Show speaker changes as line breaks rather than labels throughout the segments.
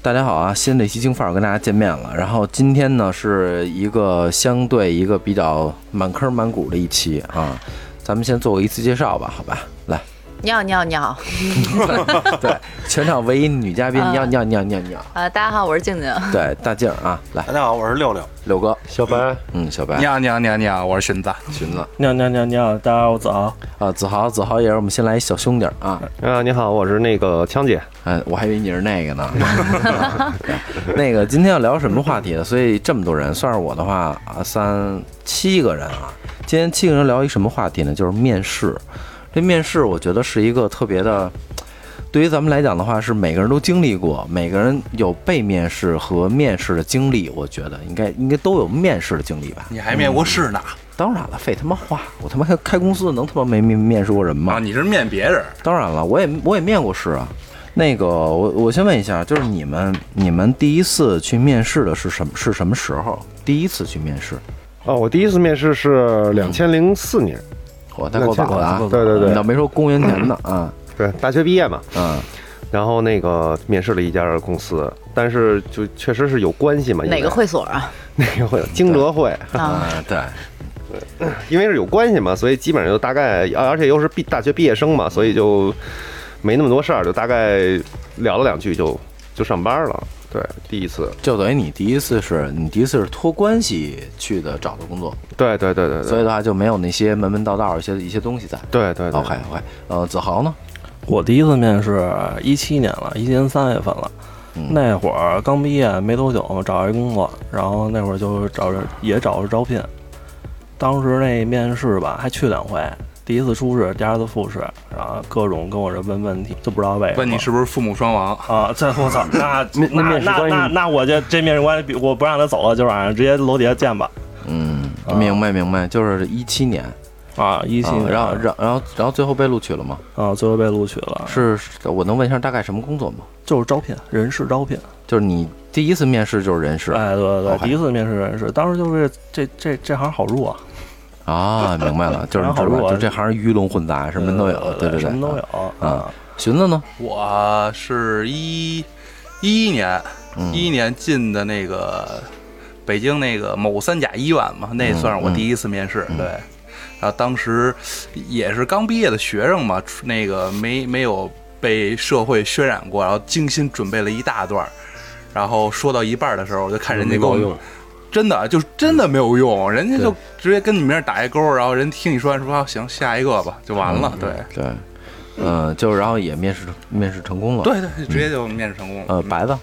大家好啊！新的一期京范儿跟大家见面了。然后今天呢是一个相对一个比较满坑满谷的一期啊，咱们先做个一次介绍吧，好吧？来，
你好，你好，你好，
对，全场唯一女嘉宾，
啊
尿尿尿尿尿，
呃，大家好，我是静静，
对，大静儿啊，来，
大家好，我是六六。
六哥，
小白，
嗯，小白
你，好，你好，你好，你好，我是荀子。
裙子
尿尿尿尿，大家早。
啊，子豪，子豪也是我们新来一小兄弟儿啊，
啊，你好，我是那个枪姐，
嗯，我还以为你是那个呢。 对那个今天要聊什么话题呢？所以这么多人，算是我的话啊，三七个人啊。今天七个人聊一什么话题呢？就是面试。这面试，我觉得是一个特别的，对于咱们来讲的话，是每个人都经历过，每个人有被面试和面试的经历。我觉得应该应该都有面试的经历吧。
你还面过试呢？
当然了，废他妈话，我他妈开开公司能他妈没面面试过人吗
啊，？你是面别人？
当然了，我也我也面过试啊。那个，我我先问一下，就是你们你们第一次去面试的是什么是什么时候？第一次去面试，
哦，我第一次面试是两千零四年，
我太过早了啊！
2000对对对
你倒没说公元前的啊，
对，大学毕业嘛，
嗯，
然后那个面试了一家公司，但是就确实是有关系嘛，因为
哪个会所 啊？
哪个会，惊德会，
啊，
啊对，
因为是有关系嘛，所以基本上就大概，而而且又是毕大学毕业生嘛，所以就没那么多事儿，就大概聊了两句就就上班了，对，第一次，
就等于你第一次是你第一次是托关系去的找的工作，
对对对对
所
对
以的话就没有那些门门道道一些一些东西在。
对对对
OK OK，呃，子豪呢？
我第一次面试一七年了，一七年三月份了。
嗯
那会儿刚毕业没多久嘛，找一工作，然后那会儿就找着也找着招聘。当时那面试吧，还去两回，第一次初试，第二次复试，然后各种跟我这问问题，就不知道为什么。
问你是不是父母双亡？
啊！这我操，那
面
那
面试
那
官
那那我这这面试官，我不让他走了，今晚上直接楼底下见吧。
嗯，明白明白，就是一七年，
啊，一
一
七年，
然后然后然后然后最后被录取了吗？
啊，最后被录取了，
是，是我能问一下大概什么工作吗？
就是招聘，人事招聘。
就是你第一次面试就是人事
哎，对对对
OK
第一次面试人事，当时就是这这这行好入啊，
啊，明白了，就是你知道
然后
吧
如果呃
就这行鱼龙混杂，什么都有，对对，
什么都有。
啊。寻子呢？
我是一一一年，
嗯
嗯
一一年进的那个北京那个某三甲医院嘛，
嗯
那算是我第一次面试。对，然后当时也是刚毕业的学生嘛，出那个没没有被社会渲染过，然后精心准备了一大段儿。然后说到一半儿的时候，我就看人家给我
没够用嗯
真的就是真的没有用，人家
对
就直接跟你面儿打一勾，然后人听你说完说啊行，下一个吧，就完了。
嗯
对，
对，嗯，就是然后也面试面试成功了。，
对对，直接就面试成功了。
嗯
呃，白子，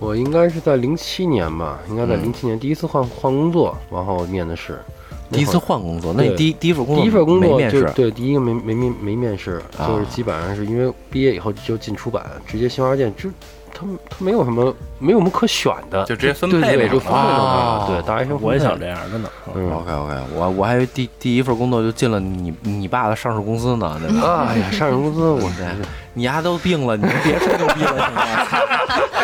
我应该是在零七年吧，应
嗯
该在零七年第一次换换工作，然后面的试。
第一次换工作，那你
对
第一第一份工
第
作
一份工
没
作
面
就
试，
对第一个没没面没面试，
啊
就是基本上是因为毕业以后就进出版，直接新华书店，就他们他没有什么没有什么可选的，
就直接分
对
配
对
那
对
种
就分配到
啊
那儿了对，大学生
我也
分配
想这样， 真的。
嗯
OK OK，我我还以为第第一份工作就进了你你爸的上市公司呢，对吧？
啊，哎呀，上市公司我是
你丫都病了，你就别吹牛逼了，行吗？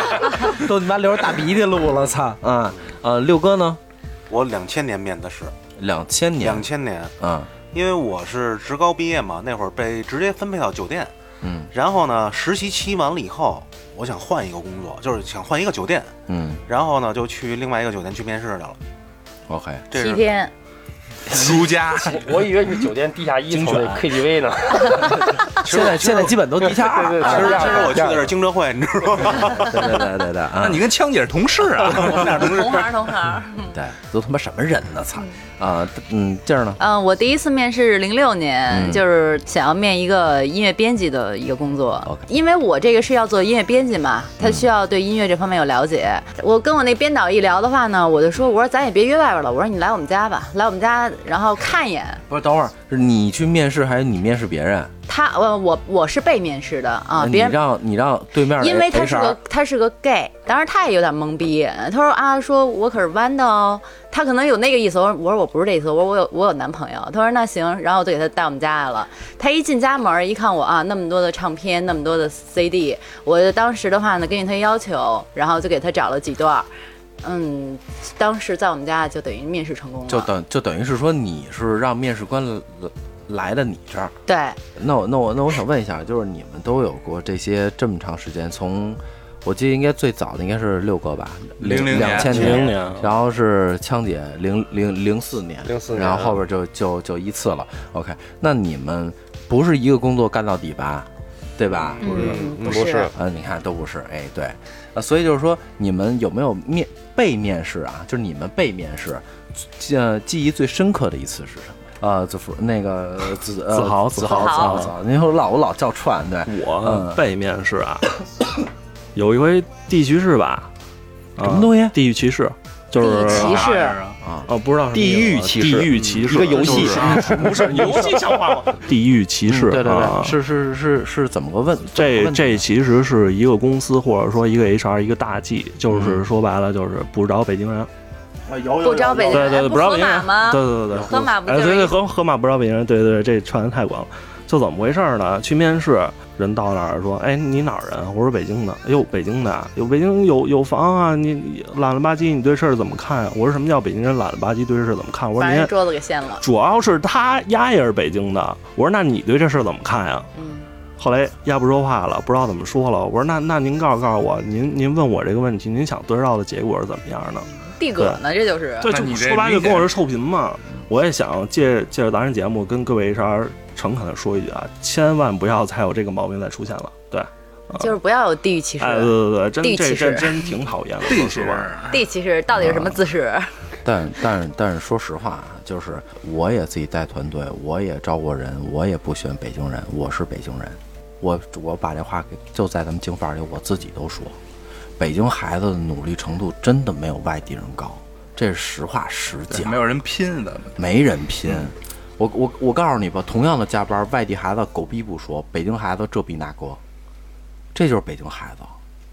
都你妈流着大鼻涕录了，操！啊呃，六哥呢？
我两千年面的试，
两千年
两，千年，
啊，
因为我是职高毕业嘛，那会儿被直接分配到酒店。
嗯
然后呢，实习期完了以后，我想换一个工作，就是想换一个酒店。
嗯
然后呢，就去另外一个酒店去面试去了。
，OK。
这
七
是
天，
如家，
嗯
我以为是酒店地下一层那 KTV 呢，
现在现在基本都地下二，
对对
其
啊
实其实我去的是京浙会，你知道吗？
对对对对对
那
啊！
你跟枪姐是同事 啊？我们俩同事
同。行同行。
对都他妈什么人呢？操啊！嗯，这样呢？
嗯，我第一次面试是零六年，
嗯
就是想要面一个音乐编辑的一个工作
OK 嗯
因为我这个是要做音乐编辑嘛，他需要对音乐这方面有了解。我跟我那编导一聊的话呢，我就说，我说咱也别约外边了，我说你来我们家吧，来我们家然后看一眼。
不是，等会儿是你去面试还是你面试别人
他，我我我是被面试的啊，
你
别人
让你让对面的
因为他是
HR
个他是个 gay，当时他也有点懵逼。他说啊，说我可是弯的哦，他可能有那个意思。我说我说我不是这意思，我说我有我有男朋友。他说那行，然后我就给他带我们家来了。他一进家门一看我啊，那么多的唱片，那么多的 CD，我就当时的话呢，根据他要求，然后就给他找了几段儿。嗯，当时在我们家就等于面试成功了。
就等就等于是说你是让面试官来来的你这儿。
对，
那我那我那我想问一下，就是你们都有过这些这么长时间，从我记得应该最早的应该是六哥吧，
00年
两千
零年，
然后是枪姐零零零四年，
04年
然后后边就就就依次了。OK，那你们不是一个工作干到底吧？对吧？
嗯不
嗯不是
是，
呃，你看都不是，哎，对，呃，所以就是说，你们有没有面被面试啊？就是你们被面试，记呃，记忆最深刻的一次是什么？呃，子福那个子呃
子豪
子
子
豪
豪
子豪子豪，因为我老我老叫串，对，
我
嗯
被面试啊， 有一回地区市吧，啊
什么东西
地域歧视，就是
地域歧视
啊，
哦，不知道什么
地域
意思
歧视
地域歧视
一个游戏
就是啊不是游戏想 画吗？地域歧视，
嗯对对
啊
对，是是是是怎么个问？怎么个
这
问啊
这其实是一个公司或者说一个 HR 一个大忌，
嗯
就是说白了就是不招北京人，
有
不招北京
对对对，
哎
不招
不
北
河
京
马
人
吗
对对对对，
河马不
哎
就是
对对河河马不招北京人，对对对，这传的太广了。就怎么回事儿呢？去面试，人到那儿说：“哎，你哪儿人啊？”我说：“北京的。”哎呦，北京的啊，有北京有有房啊！你懒了吧唧，你对事儿怎么看啊？我说：“什么叫北京人懒了吧唧对事儿怎么看？”我说：“
把
您
人桌子给掀了。
主要是他丫也是北京的。”我说：“那你对这事儿怎么看呀、
嗯，
后来丫不说话了，不知道怎么说了。我说那那您告诉告诉我，您您问我这个问题，您想得到的结果是怎么样的？
地葛呢，这就是
对，
那
就
你这
说白了就
明显
跟我是臭贫嘛。我也想借借着咱这节目跟各位 HR 诚恳的说一句啊，千万不要再有这个毛病再出现了。对，
就是不要有地域歧视。
哎，对对对，真
地
这
气
这
势
真挺讨厌的，
地
说实话。
地域歧视到底是什么姿势？
但但但是说实话啊，就是我也自己带团队，我也招过人，我也不选北京人，我是北京人，我我把这话给就在咱们京范儿里，我自己都说，北京孩子的努力程度真的没有外地人高，这是实话实
对
讲，
没有人拼的，
没人拼。我我我告诉你吧，同样的加班，外地孩子狗逼不说，北京孩子这逼那个，这就是北京孩子。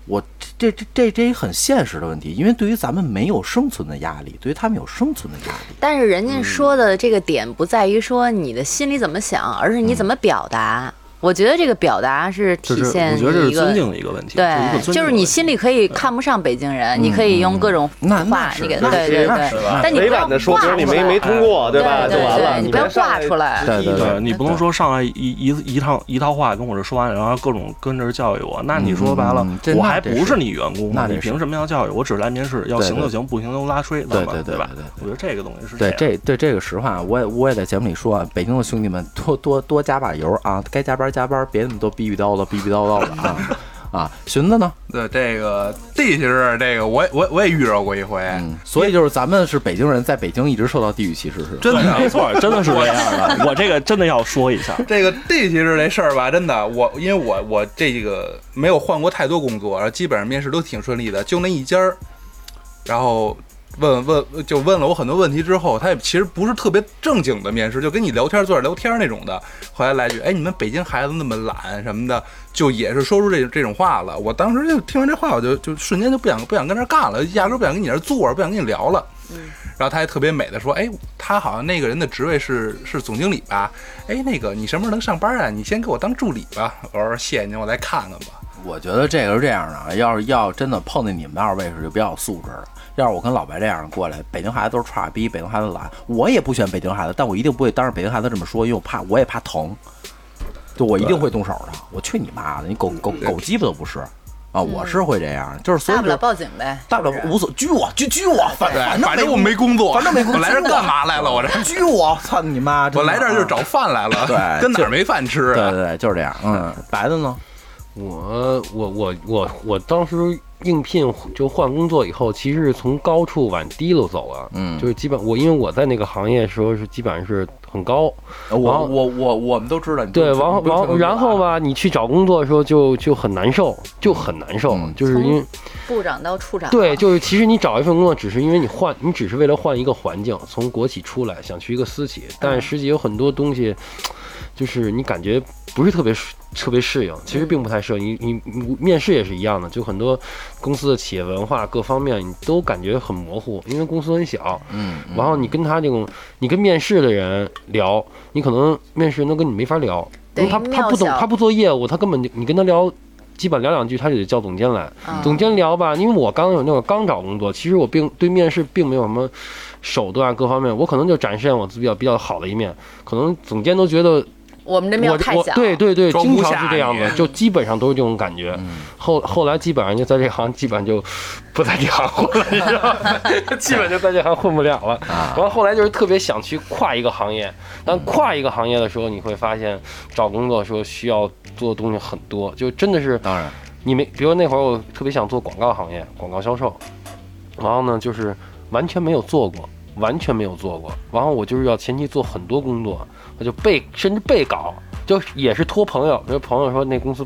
我这这这这也很现实的问题，因为对于咱们没有生存的压力，对于他们有生存的压力。
但是人
嗯
家说的这个点不在于说你的心里怎么想，而是你怎么表达。我觉得这个表达是
这
体
嗯是
现
我觉得这
你
是
一个
尊敬的一个问题，这一个
对，
尊敬的
就是
问
你
题
心里可以看不上北京人，
嗯
你可以用各种
那那
话，
是
你给
那
对
是
对
那
对
是那，
但你不
委
要
婉的说，比如你没没通过，
对
吧？就
对
完了，
哎对，你不要
别上
挂
来
出来。
对对
对你不能
对
说上来一一一套一套话跟我这说完，然后各种跟着教育我。那你说白了
嗯这，
我
那
还
得
不
是
是你员工
那
呢，
得
你
是
凭什么要教育我？我只是来面试，要
对
行
对
就行，不行就拉吹，
对
咱们
对对
对吧
对对对？
我觉得这个东西是
对
样，
这对这个实话，我也我也在节目里说啊，北京的兄弟们多多多加把油啊，该加班加班，别那么多逼逼叨叨逼逼叨叨的啊 啊！寻子呢？
对这个地形儿这个我也我也我也遇着过一回，
嗯，所以就是咱们是北京人，在北京一直受到地域歧视，是吧？
真的
没 错，真的是这样的。我这个真的要说一下，
这个地其实这事儿吧，真的，我因为我我这个没有换过太多工作，然后基本上面试都挺顺利的，就那一家儿，然后问问就问了我很多问题之后，他也其实不是特别正经的面试，就跟你聊天坐着聊天那种的。后来来句，哎，你们北京孩子那么懒什么的，就也是说出这这种话了。我当时就听完这话，我就就瞬间就不想不想跟这儿干了，压根儿不想跟你这儿坐着，不想跟你聊了。然后他还特别美的说：“哎，他好像那个人的职位是是总经理吧？哎，那个你什么时候能上班啊？你先给我当助理吧。”我说：“谢谢您，我来看看吧。
我觉得这个是这样的啊，要是要真的碰见你们那二位是就比较素质了。要是我跟老白这样过来，北京孩子都是串逼，北京孩子懒，我也不选北京孩子，但我一定不会当着北京孩子这么说，因为我怕，我也怕疼，就我一定会动手的。我去你妈的，你狗狗狗鸡巴都不是啊！我是会这样，就是所以
大
就
不了报警呗，
大不了
是是
无所拘我，拘拘我，反”
对，
正
反正我没工作，
反正没工作
我来这儿干嘛来了？我这
拘我，操你妈！真
我
的
来这儿就是找
啊
饭来了，
对
跟哪
就
儿没饭吃
对
啊？
对对，就是这样。嗯，白的呢？
我我我我我当时应聘就换工作以后，其实是从高处往低了走啊，
嗯
就是基本我因为我在那个行业时候是基本上是很高，
我
然后
我我我们都知道，你不
对，
用
然后
你不
然
用
后
听
然后
我的啊？
吧，你去找工作的时候就就很难受，就很难受，
嗯
就是因为
部长到处长。
对，就是其实你找一份工作，只是因为你换，你只是为了换一个环境，从国企出来想去一个私企，但实际有很多东西，就是你感觉不是特别适特别适应，其实并不太适应。你你你面试也是一样的，就很多公司的企业文化各方面你都感觉很模糊，因为公司很小，
嗯，嗯
然后你跟他这种，你跟面试的人聊，你可能面试人都跟你没法聊，因
对
为他他不懂
庙，小
他不做业务，他根本就你跟他聊，基本聊两句，他就得叫总监来。
嗯
总监聊吧，因为我刚有那会儿刚找工作，其实我并对面试并没有什么啊手段各方面，我可能就展现我自己比较比较好的一面，可能总监都觉得
我们这面
我
儿太
我
小，
对对对，
装
经
不
常
下
是这样的，
你嗯
就基本上都是这种感觉。后后来基本上就在这行，基本上就不在这行混了，你知道吗？ 基本就在这行混不了了。
啊
然后后来就是特别想去跨一个行业，但跨一个行业的时候，你会发现找工作的时候需要做的东西很多，就真的是
当然，
你没，比如那会儿我特别想做广告行业，广告销售，然后呢就是完全没有做过，完全没有做过，然后我就是要前期做很多工作，我就背甚至背稿，就也是托朋友，比如朋友说那公司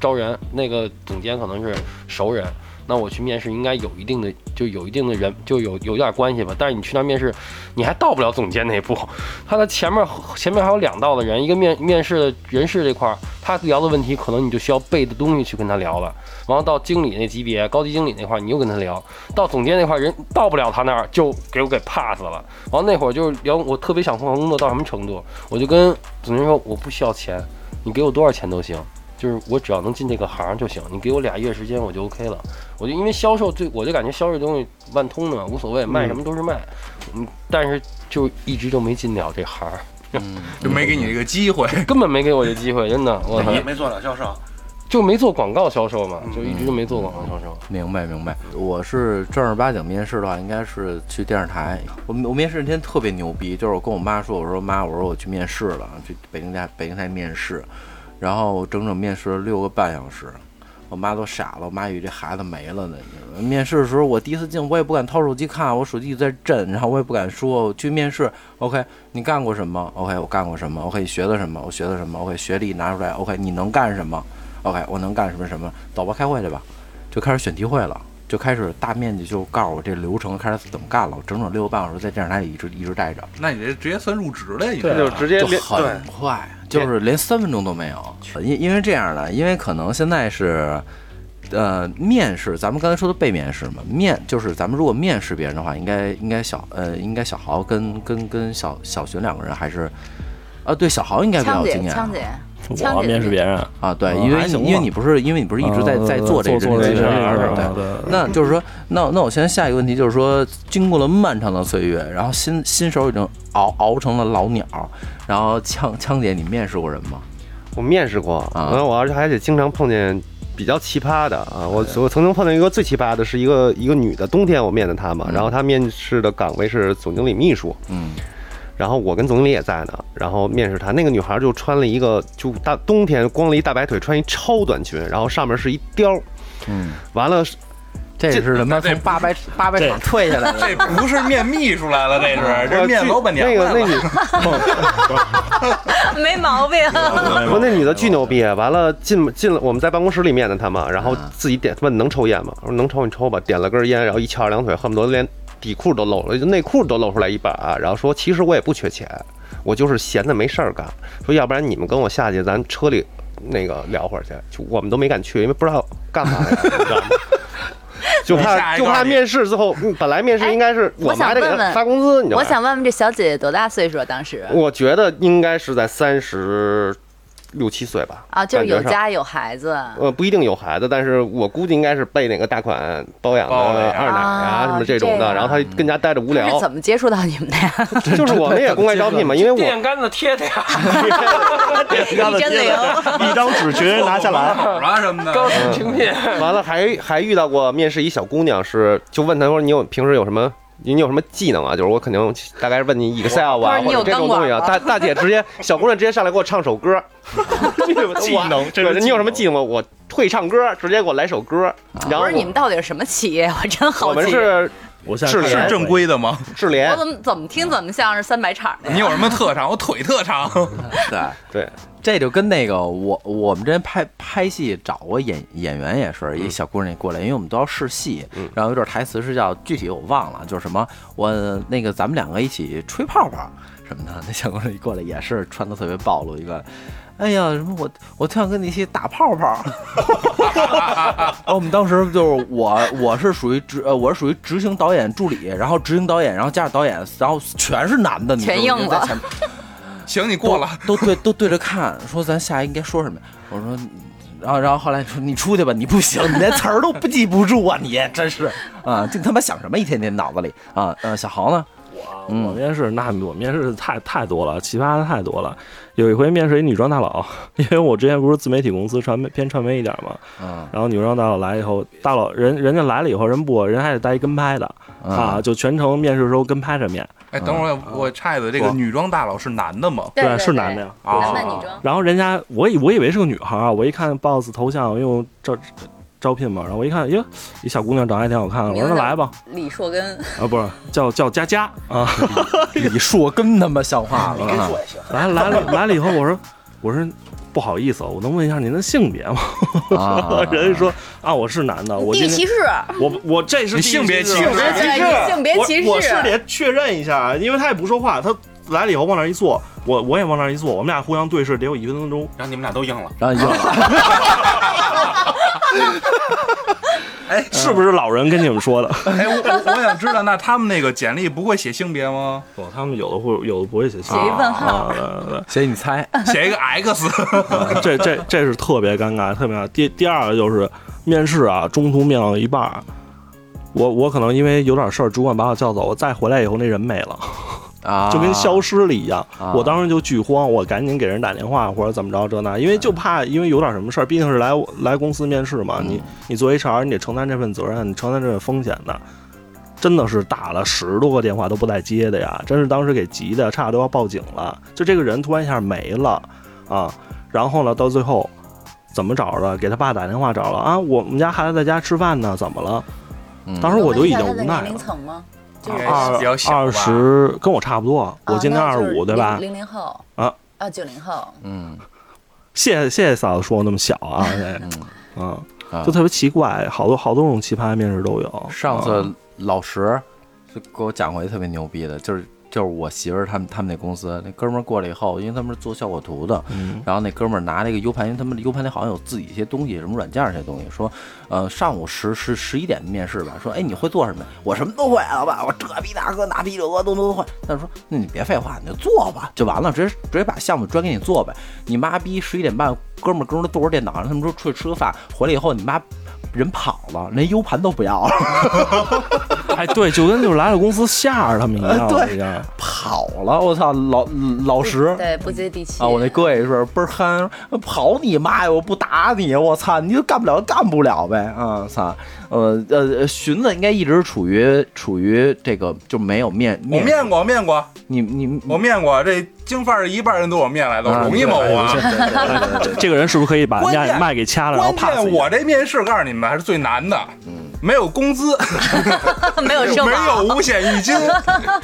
招人，那个总监可能是熟人。那我去面试应该有一定的，就有一定的人，就有有点关系吧。但是你去那儿面试，你还到不了总监那一步，他的前面前面还有两道的人，一个面面试的人事这块儿，他聊的问题可能你就需要背的东西去跟他聊了，然后到经理那级别，高级经理那块儿你又跟他聊，到总监那块儿人到不了他那儿就给我给 pass 了，然后那会儿就是聊我特别想换工作到什么程度，我就跟总监说我不需要钱，你给我多少钱都行。就是我只要能进这个行就行，你给我俩月时间我就 OK 了。我就因为销售，对我就感觉销售这东西万通的嘛，无所谓，卖什么都是卖。嗯，但是就一直都没进了这行儿，
就没给你这个机会。
根本没给我这机会，真的，我
你也没做了销售，
就没做广告销售嘛，就一直就没做广告销售。
明白明白。我是正儿八经面试的话，应该是去电视台。我我面试那天特别牛逼，就是我跟我妈说，我说妈，我说我去面试了，去北京台北京台面试，然后整整面试了六个半小时。我妈都傻了，我妈以为这孩子没了呢。你知道吗面试的时候，我第一次进，我也不敢掏手机看，我手机一直在震，然后我也不敢说。我去面试，OK，你干过什么？OK，我干过什么？OK，学的什么？我学的什么？OK，学历拿出来，OK，你能干什么？OK，我能干什么什么？走吧，开会去吧。就开始选题会了，就开始大面积就告诉我这流程开始怎么干了。我整整六个半小时在电视台里一直一直待着，
那你这直接算入职了，你
这就直接
就
连
很快，就是连三分钟都没有。因因为这样的，因为可能现在是。呃，面试，咱们刚才说的被面试嘛，面就是咱们如果面试别人的话，应该应该小呃，应该小豪跟跟跟小小寻两个人还是，啊对，小豪应该比较
枪
有
姐
经验啊
枪姐，枪
我
姐
面试别人，
啊，对，
啊
因为
还行吧
因为你不是因为你不是一直在
啊
在做这个
做
这
这
个
事
儿
儿，
对
啊，对
那就是说，那那我现在下一个问题就是说，经过了漫长的岁月，然后新新手已经熬熬成了老鸟，然后枪枪姐，你面试过人吗？
我面试过，
啊
然后我而且还得经常碰见比较奇葩的啊。我我曾经碰见一个最奇葩的是一个一个女的，冬天我面的她嘛，
嗯
然后她面试的岗位是总经理秘书，
嗯，
然后我跟总经理也在呢，然后面试她，那个女孩就穿了一个就大冬天光了一大白腿，穿一超短裙，然后上面是一貂，
嗯，
完了
这是他妈从八百八百场退下来的，
这不是面秘书来了，这 是这
我
是面
去
老板娘
那
来
个
了。
那女
啊
没毛病，
我那女的巨牛逼，啊完了进进了我们在办公室里面的她嘛，然后自己点问能抽烟吗？我说能抽你抽吧，点了根烟，然后一翘二郎腿，恨不得连底裤都露了，就内裤都露出来一半啊，然后说其实我也不缺钱，我就是闲的没事儿干，说要不然你们跟我下去，咱车里那个聊会儿去，就我们都没敢去，因为不知道干嘛呀，你知道吗？ 就
下
怕
一
就
个
怕
你
面试之后，嗯本来面试
哎
应该是
我
我们
想
还得给
问
她
问
发工资，你知道吗？
我想问问这小姐姐多大岁数啊？当时
我觉得应该是在三十六七岁吧。
啊，就是
感觉
有
上
家有孩子，
呃，不一定有孩子，但是我估计应该是被哪个大款包养的
包了呀
二奶啊
啊
什么这种
是这
的，
样
然后他跟家待着无
她是
聊，
怎么接触到你们的 呀？
就是我们也公开招聘嘛，因为
电
我
线杆子贴的呀，
你真的有？
一张纸绝人拿下来。
手啊什么的，
高薪聘聘，
完了还还遇到过面试一小姑娘是，就问她说你有平时有什么？你有什么技能啊？就是我肯定大概问你 Excel
不
啊，
是
或
你
者
有
这种
钢
东西啊。
管吗
大大姐直接，小姑娘直接上来给我唱首歌，
技能，这
对，
是
你有什么技能吗？我会唱歌，直接给我来首歌。然
啊
后
不是你
我
们到底是什么企业？ 我真
我
好
们
奇。
是
我现在
是
看
是
了
正规的吗？
智联
我，怎么怎么听怎么像是三百场的呀？
你有什么特长？我 腿特长。
对。
对，
这就跟那个我我们之前拍拍戏找过演演员也是，一小姑娘过来，因为我们都要试戏，然后有点台词是叫具体我忘了，就是什么我那个咱们两个一起吹泡泡什么的，那小姑娘一过来也是穿的特别暴露一个。哎呀，什么我我特想跟你一起打泡泡，然后我们当时就是我我是属于执呃我是属于执行导演助理，然后执行导演，然后加上导演，然后全是男的，你知道吗
全硬了
在前面
行，你过了。
都对都对着看，说咱下一应该说什么呀？我说，嗯然后然后后来说你出去吧，你不行，你连词儿都不记不住啊，你真是啊，净他妈想什么一天天脑子里啊？呃，小豪呢？
我
嗯
我面试，那我面试太太多了，奇葩的太多了。有一回面试一女装大佬， 因为我之前不是自媒体公司传媒偏传媒一点嘛，
嗯
然后女装大佬来以后，大佬人人家来了以后，人不人还得带一跟拍的啊，就全程面试时候跟拍着面，
哎，等会儿我我插一嘴，这个
说
女装大佬是男的吗？
对对
是男的
对
呀。
啊
哦
男扮女装，
然后人家我以我以为是个女孩儿，我一看 boss 头像，因为我招招聘嘛，然后我一看，哟，一小姑娘长得还挺好看的，我说那来吧，
李硕根，
啊不是叫叫佳佳啊，
李硕根他妈像话了啊，
来来了来了以后，我说我说不好意思，哦我能问一下您的性别吗？
啊
人家说啊我是男的，我今天
视，
我我这是
你
第一
性别
次
歧视
别歧视
对你性别歧视
我我是得确认一下，因为他也不说话，他来了以后往那儿一坐，我我也往那儿一坐，我们俩互相对视，得有一分钟。
然后你们俩都硬了，
然后你就
哎是不是老人跟你们说的？
哎，我我我想知道，那他们那个简历不会写性别吗？
不，他们有的会有的不会写信
写一问号
啊对对对
谁你猜？
写一个 X，
这这这是特别尴尬，特别尴尬。第第二个就是面试啊，中途面到一半儿，我我可能因为有点事儿，主管把我叫走，我再回来以后那人没了，
啊，
就跟消失了一样。
啊
我当时就巨慌，我赶紧给人打电话或者怎么着这那，因为
嗯
就怕因为有点什么事儿，毕竟是来我来公司面试嘛，
嗯
你你作为 HR 你得承担这份责任，你承担这份风险的。真的是打了十多个电话都不带接的呀！真是当时给急的，差点都要报警了。就这个人突然一下没了啊，然后呢，到最后怎么找着？给他爸打电话找了啊，我们家孩子在家吃饭呢，怎么了？
嗯
当时我就已经
问一下他的
无奈
年
了
龄。层吗？就
应
是
该
二
是比较小吧
二十跟我差不多，我今年
啊那
二
就是
五，对吧？
零零零后
啊
啊，九零后，
嗯
谢谢谢谢嫂子说我那么小啊，这嗯
啊
就特别奇怪，好多好多种奇葩面试都有。
上
啊
次老石就给我讲过一特别牛逼的，就是就是我媳妇儿他们他们那公司那哥们儿过来以后，因为他们是做效果图的，然后那哥们儿拿了一个 U 盘，因为他们的 U 盘里好像有自己一些东西，什么软件儿这些东西，说，呃，上午十十十一点面试吧，说，哎，你会做什么呀？我什么都会，老板，我这逼大哥那逼这哥都都会。他说，那你别废话，你就做吧，就完了，直接直接把项目转给你做呗。你妈逼十一点半，哥们儿跟着坐着电脑，让他们说出去吃个饭，回来以后你妈人跑了，连 U 盘都不要了。
哎，对，就跟就是来了公司吓着他们一
呃
样，
对
这样
跑了，我操，老老实
对，不接地气
啊！我那哥也是倍儿憨，跑你妈呀！我不打你，我操，你就干不了，干不了呗啊！操，呃呃，荀子应该一直处于处于这个就没有面
我
面
面过，我面过，
你你
我面过，这京范儿一半人都我面来的，
啊
容易吗我？
这这个人是不是可以把
关键
麦麦给掐了，然后
关
pass
键
一下
我这面试告诉你们还是最难的，没有工资，
没有
没
社保，
有五险一金，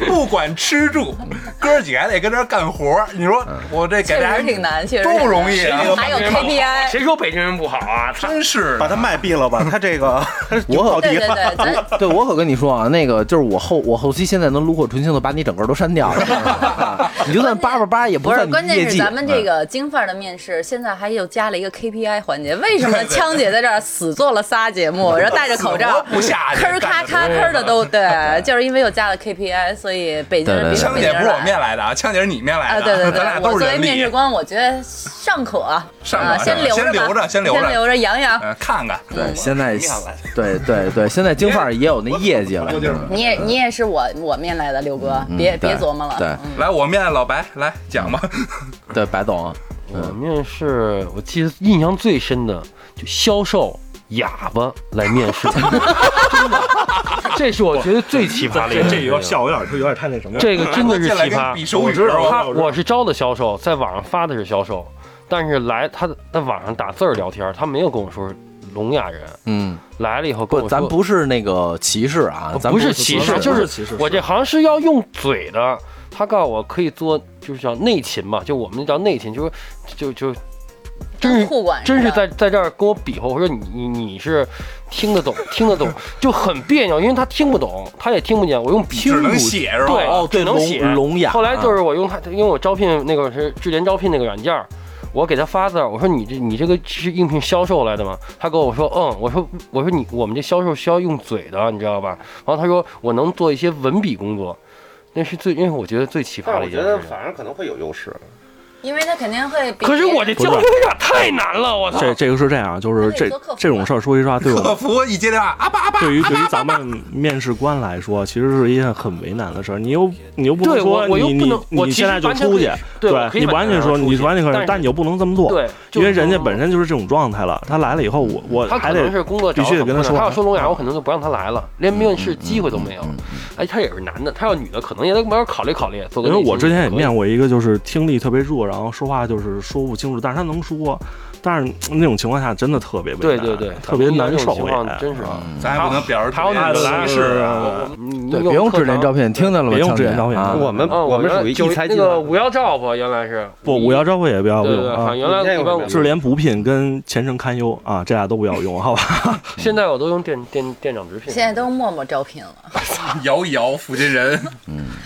不管吃住，哥儿几个还得跟这儿干活儿。你说我这给
确
大
实
家
挺难，确实
都不
挺
容易啊
难，还有 KPI。
谁说北京人不好啊？他
真是
把
的
他麦毙了吧，他这个
我可
对对对，咱
对我可跟你说啊，那个就是我后我后期现在能炉火纯青的把你整个都删掉了， 啊你就算叭叭叭也
不
算
是，
你
关
业
键是
绩。
咱们这
啊
个京范儿的面试，现在还又加了一个 KPI 环节。为什么枪姐在这儿死做了仨节目，然后戴着口罩
死活，不下去
吭儿咔咔吭儿的都对， 就是因为又加了 KPI，所以北京人
对对对
比
枪
北
姐
京人
不是我
懒。
面来的啊，枪姐是你面来
啊，
的，
对对
咱
对
俩，
我
都
作
是
为
人
面试
力。
官，我觉得尚可， 啊
尚可，
先留
先
着吧，
留着，先留
留
着，
着养养。
呃，看看，
对现在
面来的
对对对，现在京范儿也有那业绩了，
你也你也是我我面来的，六哥，
嗯
别
对
别琢磨了。
对
嗯
来，我面老白来讲吧。
对白总，
我嗯面试，我记得印象最深的就销售哑巴来面试， 真的，这是我觉得最奇葩的一
这
个。
这有笑有点有点太那什么了。
这个真的是
进来
奇
跟
葩。
比手语
我知道
是吧
我知道
我是招的销售，在网上发的是销售，但是来他在网上打字儿聊天，他没有跟我说是聋哑人，
嗯，
来了以后跟
不，
我
咱
说呃
不是那个歧视啊，咱
不是
是
歧视，就
歧视
是我这行是要用嘴的。他告诉我可以做，就是叫内勤嘛，就我们叫内勤，就是就就真
跟
是
互管似的
真是在在这儿跟我比划，我说你你你是听得懂听得懂，就很别扭，因为他听不懂，他也听不见，我用
只
听
能写是吧？
对
哦对
只能
聋
写
聋哑
后来就是我用他，因为我招聘那个是智联招聘那个软件儿。我给他发字儿，我说你这你这个是应聘销售来的吗？他跟我说嗯，我说我说你我们这销售需要用嘴的，你知道吧？然后他说我能做一些文笔工作，那是最因为我觉得最奇葩
但
的
我
一
觉
件
得
事情。
反而可能会有优势，
因为他肯定会比别
可
人。
是我这交流有点太难了，我操！
这这个是这样，就是
那
这
你多客服吧
这种事儿，说实话，对我
客服一接电话，阿爸阿爸，
对于对于 咱们面试官来说，其实是一件很为难的事儿。你又你又不能
对我
说
我又
你
不
你
能我
你
其
现
实
在就
完全
出
可以
去，
对我
对
可以
你
晚
完
上
全说
出
你
去
完全可以
但是，
但你又不能这么做，
对，
因为
就是
人家本身就是这种状态了。他来了以后，我我
他
还
可
得
能是工作找
必须得
很
跟他
困难
说嗯
他要
完
说聋哑，我可能就不让他来了，连面试机会都没有。
嗯
哎，他也是男的，他要女的，可能也得慢慢考虑考虑。因
因为我之前也面过一个，就是听力特别弱，然后说话就是说不清楚，但是他能说，但是嗯那种情况下真的特别为
对
难
对对，
特别难受
情
也。
况真是。
啊
咱也不能表示
还有哪
特别
个
歧视啊。
你
对，别用智联照片，听见了吗？
别用
强
智
姐
联照片
啊
我们
嗯，
我们属于
九
一才
那
进
个
来的，
五幺照吧，原来是
不，五幺招会也不要
对对
用
对，好
啊
像。原来一般
智联补品跟前程堪忧啊，这俩都不要用，好吧？
现在我都用店店店长直聘。
现在都陌陌招聘了，
摇一摇附近人，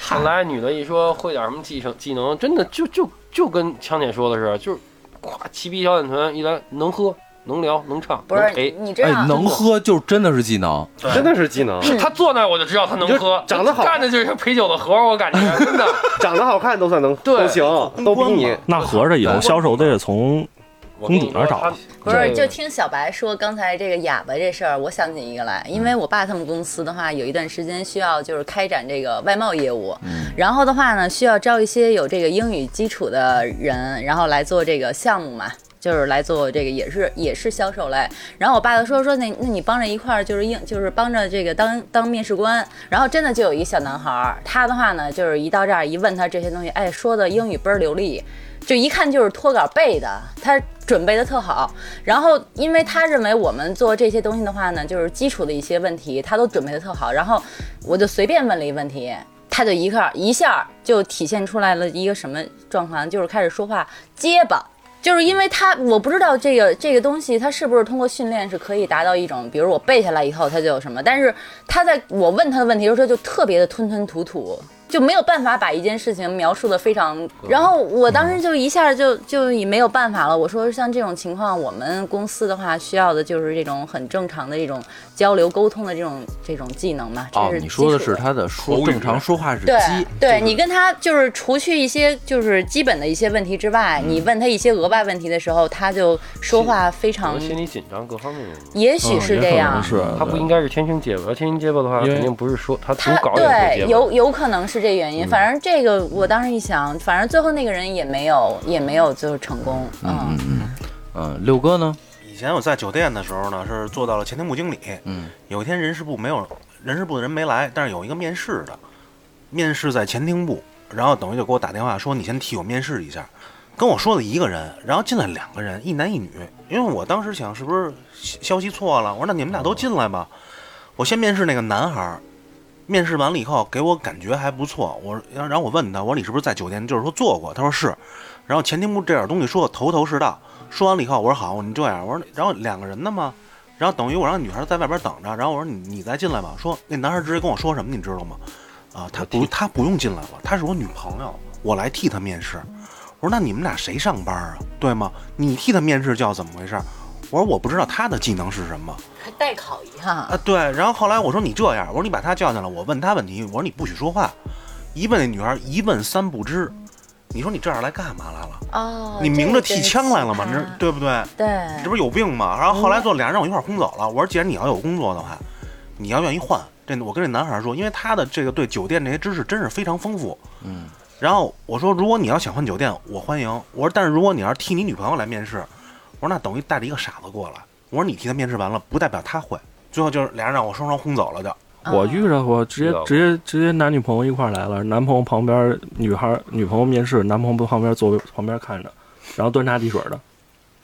后来女的一说会点什么技能技能，真的就就就跟强姐说的是，就是咵骑兵小眼团一来能喝能聊能唱
不
能
是嗯
陪，
你知
哎
道，
能喝就真的是技能，
真的是技 能。
他坐那儿我就知道他能
你就
喝，
长得好
干的就是陪酒的活儿，我感觉真的。
长得好看都算能
对
都行，都比你
那合着以后销售都得从
我
从
跟
你那儿
说
找
他
啊
不是，
对
就听小白说刚才这个哑巴这事儿，我想起一个来，因为我爸他们公司的话，有一段时间需要就是开展这个外贸业务，然后的话呢，需要招一些有这个英语基础的人，然后来做这个项目嘛。就是来做这个也是也是销售类，然后我爸就说说那那你帮着一块儿就是应就是帮着这个当当面试官，然后真的就有一小男孩儿，他的话呢就是一到这儿一问他这些东西，哎说的英语倍儿流利，就一看就是脱稿背的，他准备的特好。然后，因为他认为我们做这些东西的话呢，就是基础的一些问题，他都准备的特好。然后我就随便问了一问题，他就一下一下就体现出来了一个什么状况，就是开始说话结巴。就是因为他，我不知道这个这个东西，他是不是通过训练是可以达到一种，比如我背下来以后他就有什么，但是他在我问他的问题的时候，就特别的吞吞吐吐，就没有办法把一件事情描述的非常。
嗯
然后我当时就一下就就也没有办法了，我说像这种情况，我们公司的话需要的就是这种很正常的这种交流沟通的这种这种技能嘛。这
哦，
是
你说的
基础
是他的说
口语
正常说话是
对
鸡，
对，你跟他就是除去一些就是基本的一些问题之外，你问他一些额外问题的时候，他就说话非
可
常
能，心理紧张各方面原因。
也许是这样。
是
他不应该是天生结巴，要天生结巴的话，
因为
肯定不是说他读
他
稿也会
对
结巴。
有有可能是这原因，反正这个我当时一想，反正最后那个人也没有也没有最后成功，嗯，
嗯，六哥呢？
以前我在酒店的时候呢，是做到了前厅部经理。
嗯，
有一天人事部没有人事部的人没来，但是有一个面试的，面试在前厅部，然后等于就给我打电话说你先替我面试一下，跟我说的一个人，然后进来两个人，一男一女，因为我当时想是不是消消息错了，我说那你们俩都进来吧，我先面试那个男孩儿。面试完了以后，给我感觉还不错。我然后然后我问他，我说你是不是在酒店就是说做过？他说是。然后前厅部这点东西说的头头是道，说完了以后，我说好，你这样，我说然后两个人呢嘛，然后等于我让女孩在外边等着，然后我说你你再进来吧。说那男孩直接跟我说什么，你知道吗？啊，他不他不用进来了，她是我女朋友，我来替她面试。我说那你们俩谁上班啊？对吗？你替她面试叫怎么回事？我说我不知道她的技能是什么
还代考一下，
啊。对，然后后来我说你这样，我说你把她叫进来，我问她问题，我说你不许说话。一问那女孩一问三不知，你说你这样来干嘛来了？
哦，
你明着替枪来了吗？你
这
这
个
对不对？
对，
你这不是有病吗？然后后来就俩人让我一块儿轰走了。我说，既然你要有工作的话，你要愿意换。这我跟这男孩说，因为他的这个对酒店这些知识真是非常丰富。嗯。然后我说，如果你要想换酒店，我欢迎。我说，但是如果你要是替你女朋友来面试，我说那等于带着一个傻子过来。我说你替他面试完了，不代表他会。最后就是俩人让我双双轰走了就，
我遇着过，直接
遇到过
直接直接男女朋友一块儿来了，男朋友旁边女孩女朋友面试，男朋友旁边坐旁边看着，然后端茶递水的，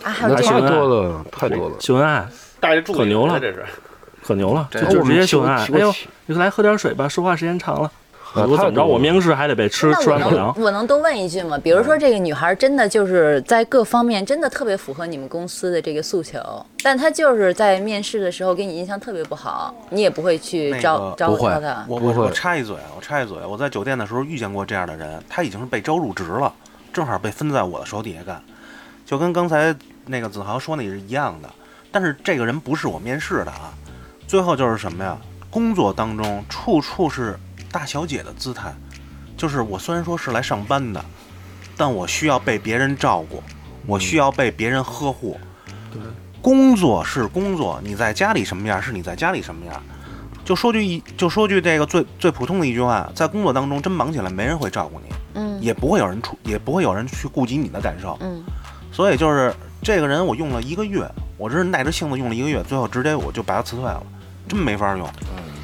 啊，还有
那
这
这
太
样
多了，太多了。
秀恩爱
带着助理
可牛了
这是
可牛了，
这
这就直接秀
我
恩爱。
们
哎呦
我，
你来喝点水吧，说话时间长了。
啊
我怎么
太
着？
多了
我面试还得被吃
那
吃
我
完狗
能
粮。
我能多问一句吗？比如说这个女孩真的就是在各方面真的特别符合你们公司的这个诉求，但她就是在面试的时候给你印象特别不好，你也不会去
那
招、
个
招
不会
招她。
我
不
我
会
我插一嘴啊，我插一嘴，我在酒店的时候遇见过这样的人，他已经是被招入职了，正好被分在我的手底下干，就跟刚才那个子豪说那也是一样的。但是这个人不是我面试的啊，最后就是什么呀？工作当中处处是大小姐的姿态，就是我虽然说是来上班的，但我需要被别人照顾，我
嗯
需要被别人呵护。工作是工作，你在家里什么样是你在家里什么样。就说句一，就说句这个最最普通的一句话，在工作当中真忙起来，没人会照顾你，
嗯
也不会有人出，也不会有人去顾及你的感受。
嗯，
所以就是这个人，我用了一个月，我这是耐着性子用了一个月，最后直接我就把他辞退了，真没法用。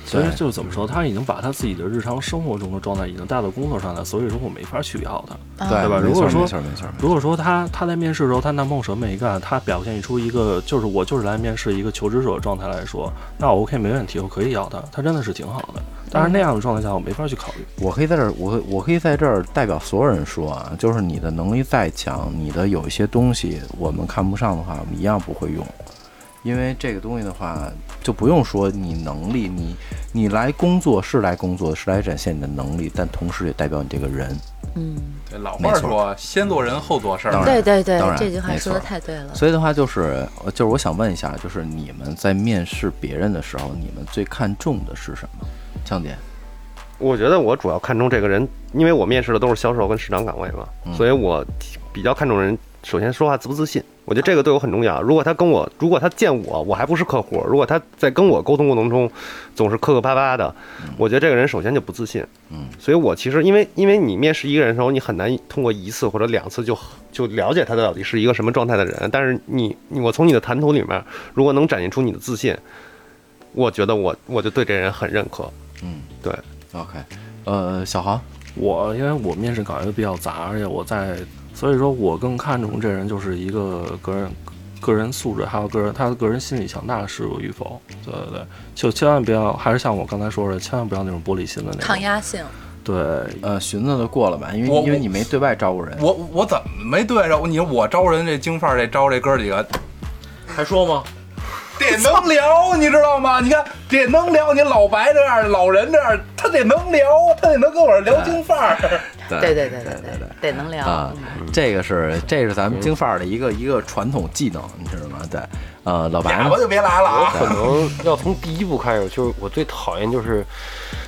其实就是怎么说，他已经把他自己的日常生活中的状态已经带到工作上来，所以说我没法取消他。
对
吧
没
如
错
果说
没错没错，
如果说他他在面试的时候，他拿梦什么没干，他表现出一个就是我就是来面试一个求职者的状态来说，那我 OK 没问题，我可以要他，他真的是挺好的。但是那样的状态下，我没法去考虑。
我可以在这儿，我我可以在这儿代表所有人说啊，就是你的能力再强，你的有一些东西我们看不上的话，我们一样不会用，因为这个东西的话，就不用说你能力，你你来工作是来工作，是来展现你的能力，但同时也代表你这个人。
这老
没
话
错
说，先做人后做事
当然
儿。
嗯对对对
当，然
这句话
没
说的
错
太对了。
所以的话，就是呃就是我想问一下，就是你们在面试别人的时候，你们最看重的是什么？强姐，
我觉得我主要看重这个人，因为我面试的都是销售跟市场岗位嘛，
嗯
所以我比较看重人。首先说话自不自信，我觉得这个对我很重要。如果他跟我，如果他见我，我还不是客户，如果他在跟我沟通过程中总是磕磕巴巴的，我觉得这个人首先就不自信。
嗯，
所以我其实因为因为你面试一个人的时候，你很难通过一次或者两次就就了解他到底是一个什么状态的人。但是你你我从你的谈吐里面，如果能展现出你的自信，我觉得我我就对这人很认可。
嗯，
对。
OK，呃，小豪，
我因为我面试岗位比较杂，而且我在，所以说我更看重这人就是一个个人个人素质，还有个人他的个人心理强大是与否。对对对，就千万不要，还是像我刚才说的，千万不要那种玻璃心的那种。
抗压性，
对，
呃，寻思的过了吧，因为
我
因为
我
你没对外招呼人。
我我怎么没对着？你说我招人这京范儿，这招这哥几个，
还说吗？
得能聊，你知道吗？你看得能聊，你老白这样，老人这样，他得能聊，啊他得能跟我聊京范儿。
对对对对对，得能聊
啊。，这个是这是咱们京范儿的一个一个传统技能，你知道吗？对，呃，老白
哑
呢
巴就别来了啊！
可能要从第一步开始，就是我最讨厌就是，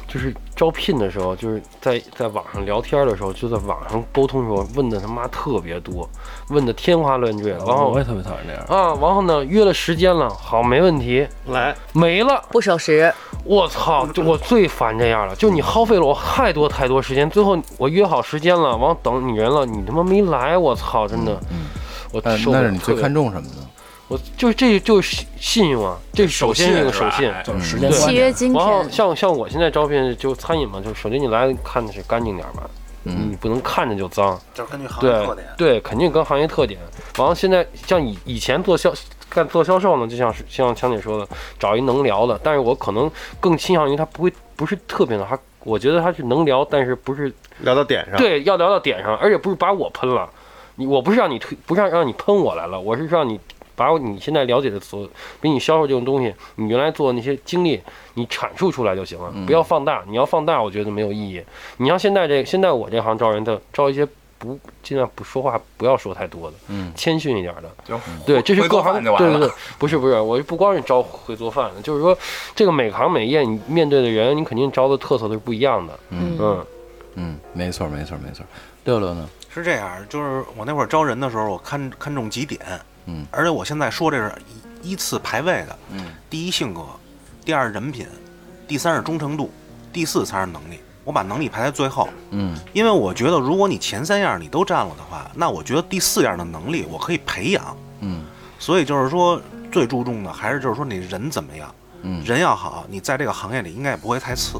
就是招聘的时候，就是在在网上聊天的时候，就在网上沟通的时候，问的他妈特别多，问的天花乱坠，然后
哦我也特别讨厌这样。
啊，然后呢约了时间了，好没问题，
来，
没了，
不守时，
我操，就我最烦这样了，就你耗费了我太多太多时间，最后我约好时间了，然后等你人了，你他妈没来，我
嗯
操，真的，我
呃，
受不
那
了
是你
特
最
别
看重什么呢？
我就是这就是信用啊，这首先这个
是
守
吧
信。
哎
就是时间
对
观
契
念
约今
然后
天
像像我现在招聘就餐饮嘛，就首先你来看的是干净点儿吧，
嗯
你不能看着就脏，
就是根据行
对对，肯定跟行业特点。然后现在像以以前做销干做销售呢，就像是像强姐说的，找一能聊的，但是我可能更倾向于他不会不是特别能，他我觉得他是能聊，但是不是
聊到点上。
对要聊到点上，而且不是把我喷了，你我不是让你推，不是让让你喷我来了，我是让你把我你现在了解的所，比你销售这种东西，你原来做的那些经历，你阐述出来就行了，
嗯
不要放大。你要放大，我觉得没有意义。你像现在这现在我这行招人的，招一些不尽量不说话，不要说太多的，
嗯
谦逊一点的。
就
对，这是
回锅
各行
饭就完
对
了
对对，不是不是，我不光是招会做饭的，就是说这个每行每业你面对的人，你肯定招的特色都是不一样的。
嗯
嗯，
嗯，没错，没错，没错。六六呢？
是这样，就是我那会儿招人的时候，我看看重几点，
嗯，
而且我现在说这是依依次排位的，
嗯，
第一性格，第二人品，第三是忠诚度，第四才是能力。我把能力排在最后，
嗯
因为我觉得如果你前三样你都占了的话，那我觉得第四样的能力我可以培养。
嗯
所以就是说，最注重的还是就是说你人怎么样，
嗯
人要好，你在这个行业里应该也不会太次。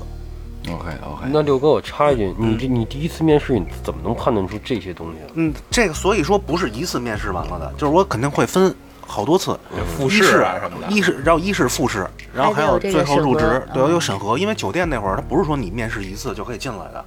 ，OK OK。
那六哥，我插一句，你这你第一次面试，你怎么能判断出这些东西啊？
嗯，这个所以说不是一次面试完了的，就是我肯定会分好多次，
复
一
试
是
啊什么的。
一是然后一是复试，然后还有
还得有这个
最后
审
入职
核，
对，有审核，因为酒店那会儿它不是说你面试一次就可以进来的，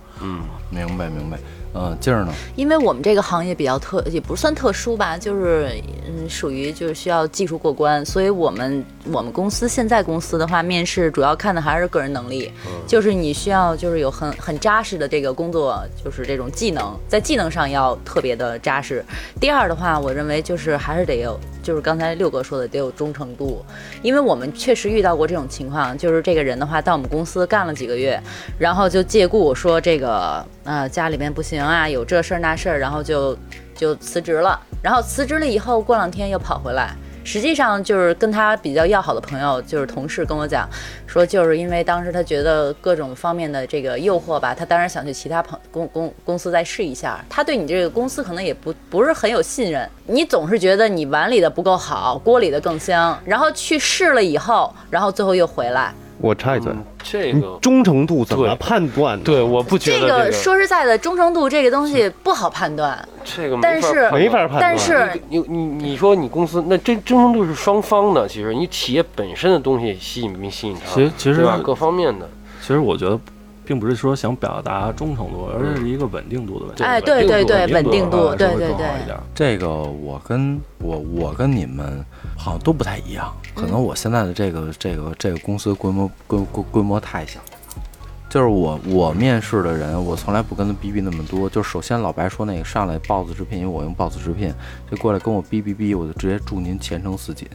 明白明白。呃，劲儿呢？
因为我们这个行业比较特，也不算特殊吧，就是嗯，属于就是需要技术过关，所以我们我们公司现在公司的话，面试主要看的还是个人能力，就是你需要就是有很很扎实的这个工作，就是这种技能，在技能上要特别的扎实。第二的话，我认为就是还是得有，就是刚刚才六哥说的得有忠诚度，因为我们确实遇到过这种情况，就是这个人的话到我们公司干了几个月，然后就借故说这个呃家里面不行啊，有这事儿那事儿，然后就就辞职了，然后辞职了以后过两天又跑回来。实际上就是跟他比较要好的朋友，就是同事跟我讲，说就是因为当时他觉得各种方面的这个诱惑吧，他当然想去其他朋公公公司再试一下。他对你这个公司可能也不不是很有信任，你总是觉得你碗里的不够好，锅里的更香，然后去试了以后，然后最后又回来。
我插一嘴，
嗯这
你
个
忠诚度怎么
对
判断呢？
对，我不觉
这
得
个说实在的，忠诚度这个东西不好判断，
这个没法
但是
没法判断。
但是
你你你说你公司那这忠诚度是双方的，其实你企业本身的东西吸引没吸引他，
其实其实
对吧各方面的，
其实我觉得，并不是说想表达忠诚度，而是一个稳定度的问题。
哎对对对
稳定度的
稳定度
话是会
对对
更好
对
一点
这个我跟我我跟你们好像都不太一样，可能我现在的这个这个这个公司规模规规规模太小了，就是我我面试的人，我从来不跟他逼逼那么多。就首先老白说那个上来 boss 直聘，因为我用 boss 直聘，就过来跟我逼逼逼，我就直接祝您前程似锦，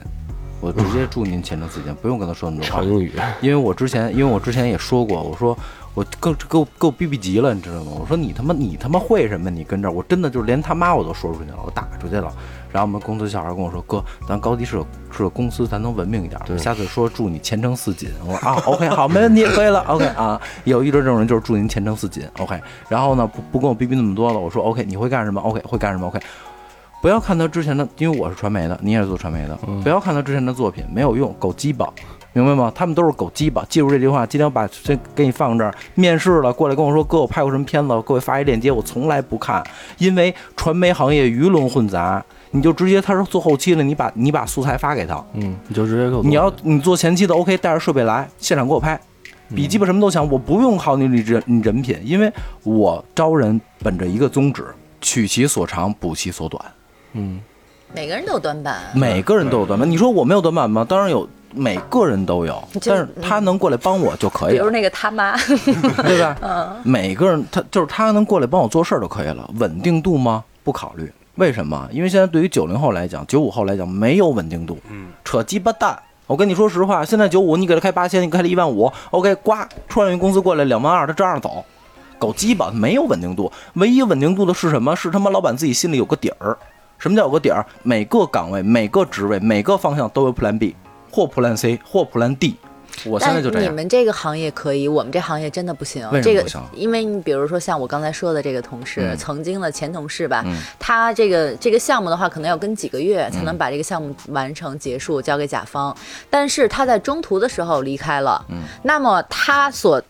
我直接祝您前程似锦，不用跟他说那么多话
常。用语，
因为我之前，因为我之前也说过，我说我更给我给我逼逼急了，你知道吗？我说你他妈你他妈会什么？你跟这儿，我真的就是连他妈我都说出去了，我打出去了。然后我们公司小孩跟我说：“哥，咱高级是个是个公司，咱能文明一点。下次说祝你前程似锦。”我说啊，OK，好，没问题，可以了，OK 啊。有一直这种人就是祝您前程似锦，OK。然后呢，不不跟我逼逼那么多了，我说 OK，你会干什么？OK，会干什么？OK。不要看他之前的，因为我是传媒的，你也是做传媒的，不要看他之前的作品没有用，狗鸡巴，明白吗？他们都是狗鸡巴。记住这句话，今天我把这给你放这儿。面试了，过来跟我说，哥，我拍过什么片子？给我发一链接，我从来不看，因为传媒行业鱼龙混杂，你就直接他说做后期了，你把你把素材发给他，
嗯，你就直接给我做
你要你做前期的 OK，带着设备来，现场给我拍，笔记本什么都强，我不用考虑你人你人品，因为我招人本着一个宗旨，取其所长，补其所短。
每个人都有短
哎
板，
每个人都有短板。你说我没有短板吗？当然有，每个人都有。
就
但是他能过来帮我就可以
比如
了，
那个他 妈，
对吧？每个人他就是他能过来帮我做事儿就可以了。稳定度吗？不考虑。为什么？因为现在对于九零后来讲，九五后来讲没有稳定度，扯鸡巴蛋。我跟你说实话，现在九五你给他开八千，你开了一万五，OK，呱，创业公司过来两万二，他照样走，狗鸡巴没有稳定度。唯一稳定度的是什么？是他妈老板自己心里有个底儿。什么叫有个底儿？每个岗位、每个职位、每个方向都有 Plan B 或 Plan C 或 Plan D。我现
但
在就这
你
样。
们这个行业可以，我们这行业真的不行。
为什么
这个
不行，
因为你比如说像我刚才说的这个同事，
嗯
曾经的前同事吧，
嗯
他这个这个项目的话，可能要跟几个月才能把这个项目完成、结束，交给甲方。但是他在中途的时候离开了，
嗯
那么他所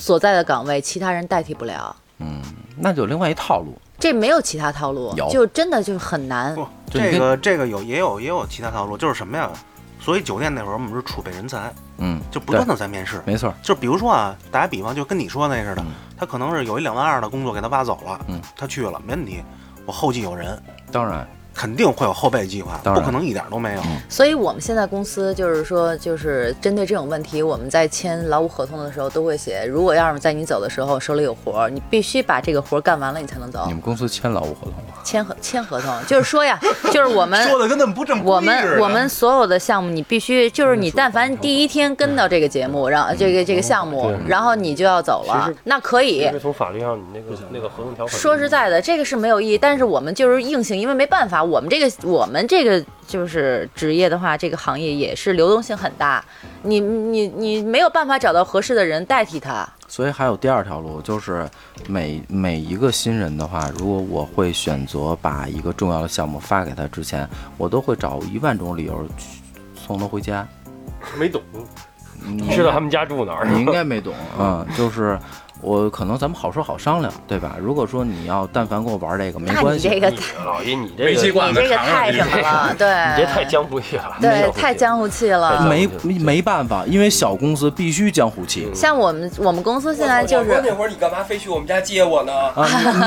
所在的岗位，其他人代替不了。
嗯，那就有另外一套路。
这没有其他套路
有，
就真的就是很难。
不，
就你
这个这个有也有也有其他套路，就是什么呀？所以酒店那会儿我们是储备人才，
嗯，
就不断的在面试。
没错儿。
就比如说啊，打个比方，就跟你说那似的，他可能是有一两万二的工作给他挖走了，
嗯
他去了没问题，我后继有人，
当然，
肯定会有后备计划，
当
不
然嗯
可能一点都没有。
所以我们现在公司就是说，就是针对这种问题，我们在签劳务合同的时候都会写，如果要是在你走的时候手里有活儿，你必须把这个活儿干完了，你才能走
你。们公司签劳务合同吗？
签合签合同就是说呀，就是我们
说的跟那么不正
我
规似
们
的
我们所有的项目，你必须就是你，但凡第一天跟到这个节目，然后这个这个项目，
嗯
然后你就要走了，那可以
这。是从法律上你那个那个合同条款。
说实在的，这个是没有意义，但是我们就是硬性，因为没办法，我们这个我们这个就是职业的话，这个行业也是流动性很大，你你你没有办法找到合适的人代替他。
所以还有第二条路，就是每每一个新人的话，如果我会选择把一个重要的项目发给他之前，我都会找一万种理由去送他回家。
没懂，
你
知道他们家住哪儿？
你应该没懂啊、嗯，就是我可能咱们好说好商量，对吧？如果说你要但凡跟我玩这个，没
那
关
你
系。
这个
老爷，你这
煤气
个
罐
你
子
这个
扛上
太
去
什么 了？对，
你这太江湖气了，
对太江湖气了。
没没没办法，因为小公司必须江湖气
像我们我们公司现在就是
那会儿你干嘛非去我们家接我呢？
啊！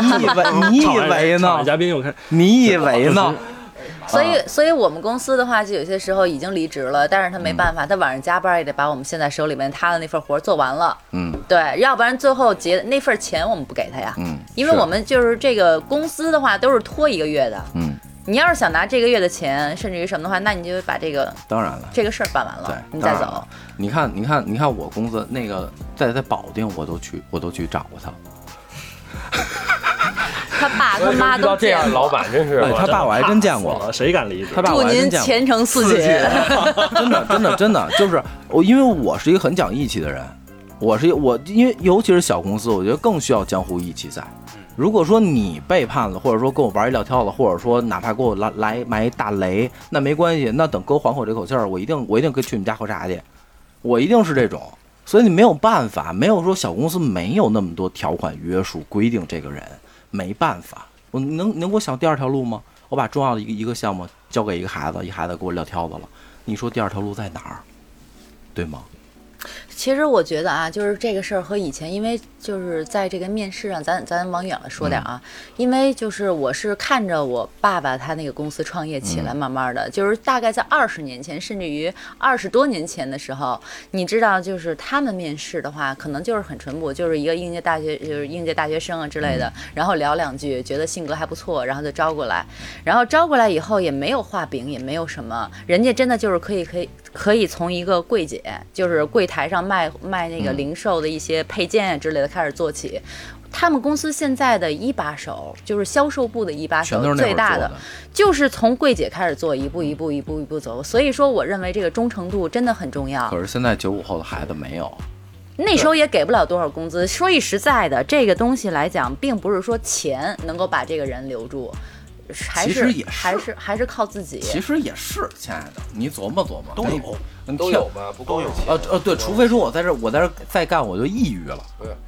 你以为 你以为
场
呢
外？嘉宾又开始
你以为呢？
所
嗯
以，所以我们公司的话，就有些时候已经离职了，但是他
嗯
没办法，他晚上加班也得把我们现在手里面他的那份活儿做完了。
嗯，
对，要不然最后结那份钱我们不给他呀。
嗯，
因为我们就是这个工资的话，都是拖一个月的。
嗯，
你要是想拿这个月的钱，甚至于什么的话，那你就把这个
当然了。
这个事儿办完了，
对，
你
当
再
然
走
了。。你看，你看，你看，我公司那个在在保定，我都去，我都去找过他。
他爸他
遇
妈
到
都
这
见
样的
过。
老板真是
哎，，他爸我还真见过，
我谁敢理解？
他爸
祝
我还真
您
见过。
前程似锦。
真的，真的，真的，就是我，因为我是一个很讲义气的人，我是一我，因为尤其是小公司，我觉得更需要江湖义气在。如果说你背叛了，或者说跟我玩一撂挑子，或者说哪怕给我来来埋一大雷，那没关系，那等哥缓口这口气儿，我一定我一定跟去你们家喝茶去，我一定是这种。所以你没有办法，没有说小公司没有那么多条款约束规定这个人，没办法。我能能给我想第二条路吗？我把重要的一个一个项目交给一个孩子，一孩子给我撂挑子了，你说第二条路在哪儿？对吗？
其实我觉得啊，就是这个事儿和以前，因为就是在这个面试上，咱咱往远了说点啊，因为就是我是看着我爸爸他那个公司创业起来，慢慢的，就是大概在二十年前，甚至于二十多年前的时候，你知道，就是他们面试的话，可能就是很淳朴，就是一个应届大学，就是应届大学生啊之类
嗯
的，然后聊两句，觉得性格还不错，然后就招过来，然后招过来以后也没有画饼，也没有什么，人家真的就是可以可以可以从一个柜姐，就是柜台上卖卖那
嗯
个零售的一些配件啊之类的开始做起。他们公司现在的一把手就是销售部的一把
全都是
手，
那会
最
儿
大
做
的就是从柜姐开始做，一步一步一步一步走。所以说，我认为这个忠诚度真的很重要。
可是现在九五后的孩子没有，
那时候也给不了多少工资。说句实在的，这个东西来讲，并不是说钱能够把这个人留住，还
其
是
实也是
还是还是靠自己。
其实也是，亲爱的，你琢磨琢磨，
都有，
你
都有。吧？不够有
呃呃，对，除非说我在这，我在这再干我就抑郁了，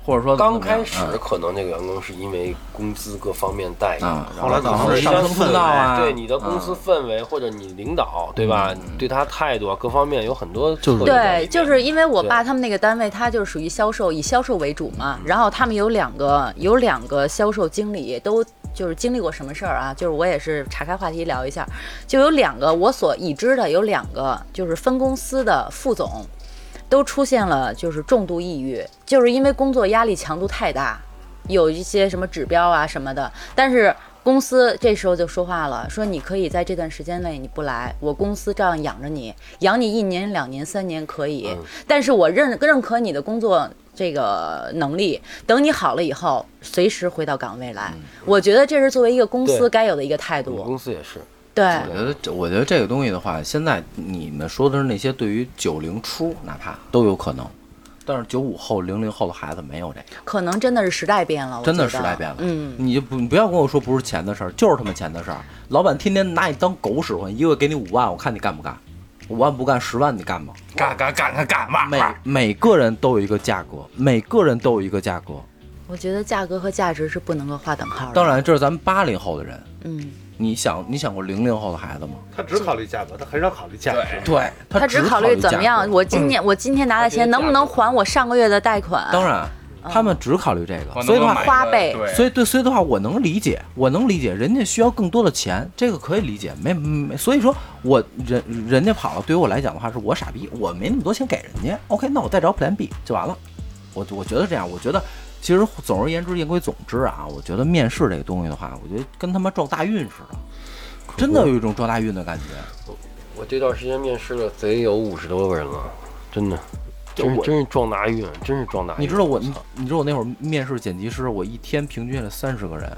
或者说怎么
刚
怎么样
开始
嗯
可能那个员工是因为工资各方面待遇，
啊
然
后来可能
你
是
的
上升
氛围
通道啊
对你的公司氛围或者你领导，对吧？你对他态度啊各方面有很多
就是
策略
对，
在里面
就是因为我爸他们那个单位，他就是属于销售，以销售为主嘛。然后他们有两个有两个销售经理，都就是经历过什么事儿啊？就是我也是岔开话题聊一下，就有两个我所已知的有两个就是分公司的副总，都出现了就是重度抑郁，就是因为工作压力强度太大，有一些什么指标啊什么的，但是。公司这时候就说话了，说你可以在这段时间内你不来，我公司照样养着你，养你一年、两年、三年可
嗯
以，但是我认认可你的工作这个能力，等你好了以后，随时回到岗位来。
嗯
我觉得这是作为一个公司
对
该有的一个态
我们
度。
公司也是，
对，
我觉得这，我觉得这个东西的话，现在你们说的是那些对于九零初哪怕都有可能，但是九五后、零零后的孩子没有这个，
可能真的是时代变了，我
真的
觉
时
得
代变了。
嗯，
你就不你不要跟我说不是钱的事儿，就是他妈钱的事儿。老板天天拿你当狗使唤，一个月给你五万，我看你干不干？五万不干，十万你干吗？
干干干干干嘛
每每个人都有一个价格，每个人都有一个价格。
我觉得价格和价值是不能够划等号的。
当，然，这是咱们八零后的人，
嗯，
你想你想过零零后的孩子吗？
他只考虑价格，他很少考虑价格。
对
他只
只
考
虑
虑怎么
价
样，
格
我今年我今天拿的钱能不能还我上个月的贷款？
当，然，
嗯
他们只考虑这个，
我能
所以
不
的
能
话
买一个
花呗
对
所以对，所以的话，我能理解，我能理解，人家需要更多的钱，这个可以理解，没没，所以说我人人家跑了，对于我来讲的话，是我傻逼，我没那么多钱给人家，OK，那我再找 Plan B 就完了。我我觉得这样，我觉得其实总而言之，言归总之啊，我觉得面试这个东西的话，我觉得跟他妈撞大运似的，真的有一种撞大运的感觉。
我这段时间面试了贼有五十多个人了，真的，
就
真是
我
真是撞大运，真是撞大运。
你知道我，
操
你你知道我那会儿面试剪辑师，我一天平均了三十个
嗯
人，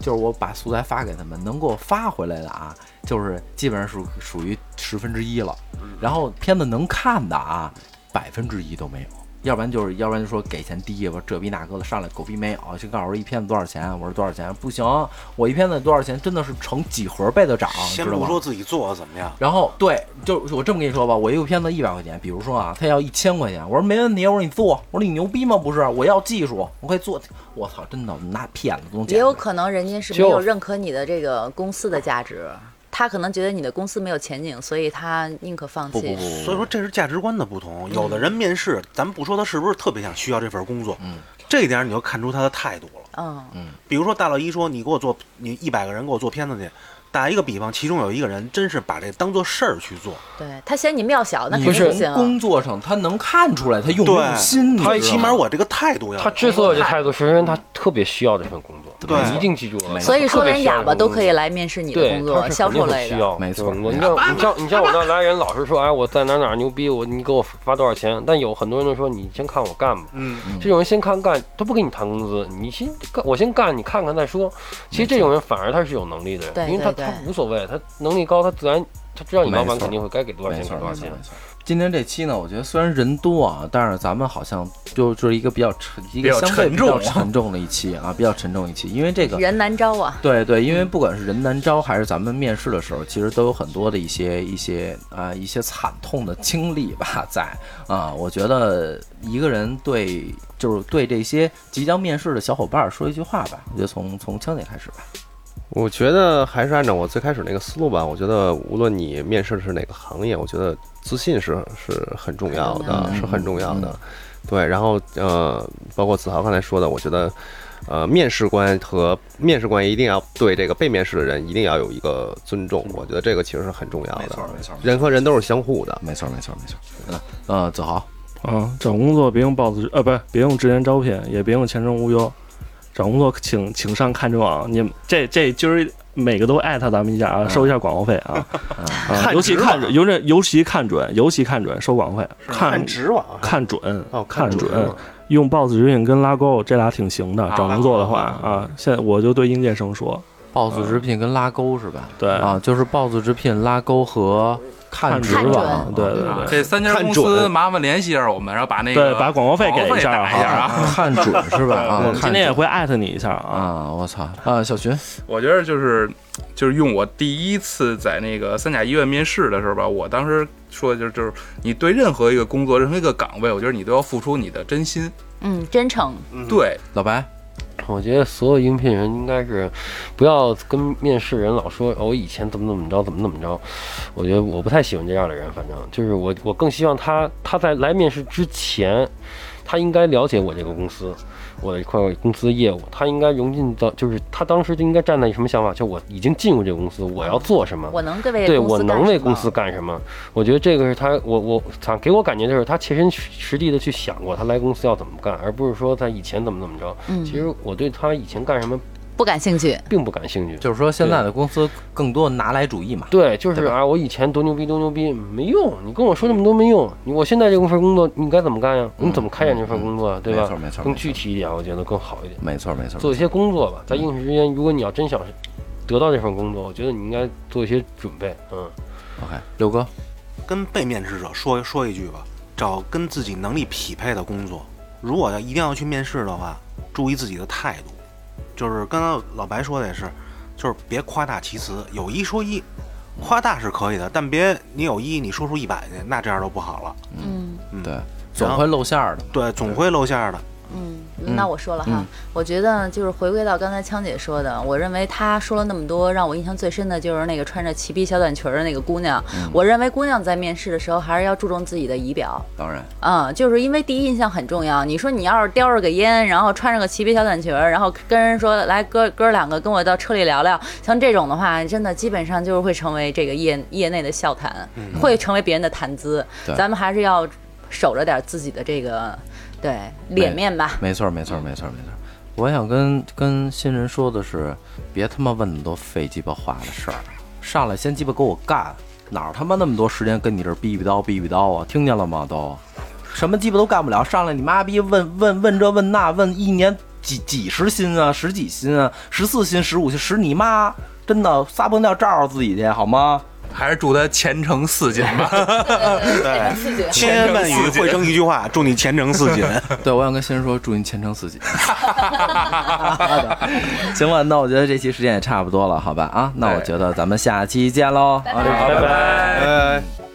就是我把素材发给他们，能给我发回来的啊，就是基本上属属于十分之一了。
嗯
然后片子能看的啊，百分之一都没有。要不然就是，要不然就说给钱低，我说这逼那哥的上来狗逼没有，就告诉我说一片子多少钱，我说多少钱，不行，我一片子多少钱，真的是成几何倍的涨，你
先
知道
不
吗？
说自己做的怎么样，
然后对，就是我这么跟你说吧，我一个片子一百块钱，比如说啊，他要一千块钱，我说没问题，我说你做，我说你牛逼吗？不是，我要技术，我可以做。我操，真的那骗子都能
也
捡
有
出来。
可能人家是
就
没有认可你的这个公司的价值，他可能觉得你的公司没有前景，所以他宁可放
不不
弃
不。不，
所以说这是价值观的不
嗯
同。有的人面试，咱不说他是不是特别想需要这份工作，
嗯
这一点你就看出他的态度了。
嗯，
比如说大老一说你给我做，你一百个人给我做片子去，打一个比方，其中有一个人真是把这当做事儿去做，
对他嫌你庙小，那肯
不
定
是
行。
工作上他能看出来他用不用
对，
心，
他
你知道
起码
吗
我这个态度要
他之所以有这态度，是因为他特别需要这份工作。
对
你一定记住了。
所以说，
特别
连
需要
哑巴
这份
都
工作
可以来面试你的
对
工作，销售类
需
的。
要，
没错
你像你像你像我那来人老是说，哎，我在哪儿哪儿牛逼，我你给我发多少钱？但有很多人都说，你先看我干吧。
嗯，
这种人先看干，他不给你谈工资，你先干，我先干，你看看再说。其实这种人反而他是有能力的
对
人，因为他
对
他
对
无所谓，他能力高，他自然他知道你老
没
板
错
肯定会该给多少
没
钱
错，
给多少
没错，
钱
没。错。今天这期呢，我觉得虽然人多啊，但是咱们好像就就是一个比较沉，一个
比较
相对比
沉
较
重
沉重的一期啊，比较沉重一期，因为这个。
人难招啊，
对对，因为不管是人难招还是咱们面试的时候，其实都有很多的一些一些啊、一些惨痛的经历吧，在啊、我觉得一个人对就是对这些即将面试的小伙伴儿说一句话吧，我觉得从从枪姐开始吧，
我觉得还是按照我最开始那个思路吧。我觉得无论你面试的是哪个行业，我觉得自信是是很重要的，
嗯
啊是很重要的。对，然后呃，包括子豪刚才说的，我觉得呃，面试官和面试官一定要对这个被面试的人一定要有一个尊重，我觉得这个其实是很重要
没
的
错。没错
人和人都是相互的。
没错没错没错，嗯呃，子豪，
啊，找工作别用报纸，呃，不是，别用职前招聘，也别用前程无忧。找工作请请上看中网，你们这这今儿每个都艾特咱们一下
嗯
啊，收一下广告费 啊。啊，尤其看准，尤其尤其看准，尤其看准收广告费，看
直网啊
看准
哦，看
看
准
准，用 Boss 指引跟拉钩，这俩挺行的。找工作的话啊，现在我就对应届生说，
豹子直聘跟拉钩是吧？
嗯对
啊，就是豹子直聘、拉钩和看直
准
看准
网，
对对
啊
对
这三家
看
公司
准
麻烦联系一下我们，然后把那个
对，把广告费给
打一
下
下
啊。
啊。
看准是吧？啊，
我
看
今天也
准
会艾特你一下啊。
啊，我操啊，小群
我觉得就是就是用我第一次在那个三甲医院面试的时候吧，我当时说的就是就是你对任何一个工作、任何一个岗位，我觉得你都要付出你的真心。
嗯，真诚。
对，
老白，
我觉得所有应聘人应该是不要跟面试人老说哦，我以前怎么怎么着，怎么怎么着。我觉得我不太喜欢这样的人，反正就是我，我更希望他他在来面试之前，他应该了解我这个公司，我的一块公司业务，他应该融进到，就是他当时就应该站在什么想法，就我已经进入这个公司，我要做什么。
我能给为
对
公司
我
干
能为
什么
公司干什么？我觉得这个是他，我我他给我感觉就是他切身实地的去想过他来公司要怎么干，而不是说他以前怎么怎么着。
嗯
其实我对他以前干什么
不感兴趣，
并不感兴趣。
就是说现在的公司更多拿来主义嘛，
对，就是啊，我以前多牛逼多牛逼没用，你跟我说那么多没用。你我现在这份工作你该怎么干呀？你怎么开展这份工作啊？对
嗯没
吧
错没错？
更
没错
具体一点，我觉得更好一点。
没错没错，
做一些工作吧，在应试之间，如果你要真想得到这份工作，我觉得你应该做一些准备。嗯，
OK，六哥
跟被面试者说说一句吧，找跟自己能力匹配的工作。如果要一定要去面试的话，注意自己的态度，就是刚刚老白说的也是，就是别夸大其词，有一说一，夸大是可以的，但别你有一你说出一百去，那这样就不好了。
嗯
嗯，
对总会露馅儿的，
对，总会露馅儿的。
嗯，
嗯
那我说了哈，
嗯
我觉得就是回归到刚才枪姐说的，我认为她说了那么多，让我印象最深的就是那个穿着齐逼小短裙儿的那个姑娘。
嗯
我认为姑娘在面试的时候还是要注重自己的仪表，
当然
嗯，就是因为第一印象很重要。你说你要是叼着个烟，然后穿着个齐鼻小短裙儿，然后跟人说来哥哥两个跟我到车里聊聊，像这种的话，真的基本上就是会成为这个业业内的笑谈，会成为别人的谈资。
嗯对
咱们还是要守着点自己的这个对脸面吧。
没错没错没错没错。我想跟跟新人说的是，别他妈问那么多废鸡巴话的事儿，上来先鸡巴给我干，哪儿他妈那么多时间跟你这儿逼逼叨逼逼叨啊？听见了吗？都什么鸡巴都干不了，上来你妈逼问问问这问那，问一年几几十薪啊，十几薪啊，十四薪、十五薪，十你妈！真的撒泡尿照照自己去好吗？
还是祝他前程似锦吧。
对，
谢谢。
千言万语汇成一句话，祝你前程似锦。
对，我想跟新人说，祝您前程似锦。
啊
行吧，那我觉得这期啊时间也差不多了，好吧啊，那我觉得咱们下期见喽，好嘞
拜拜。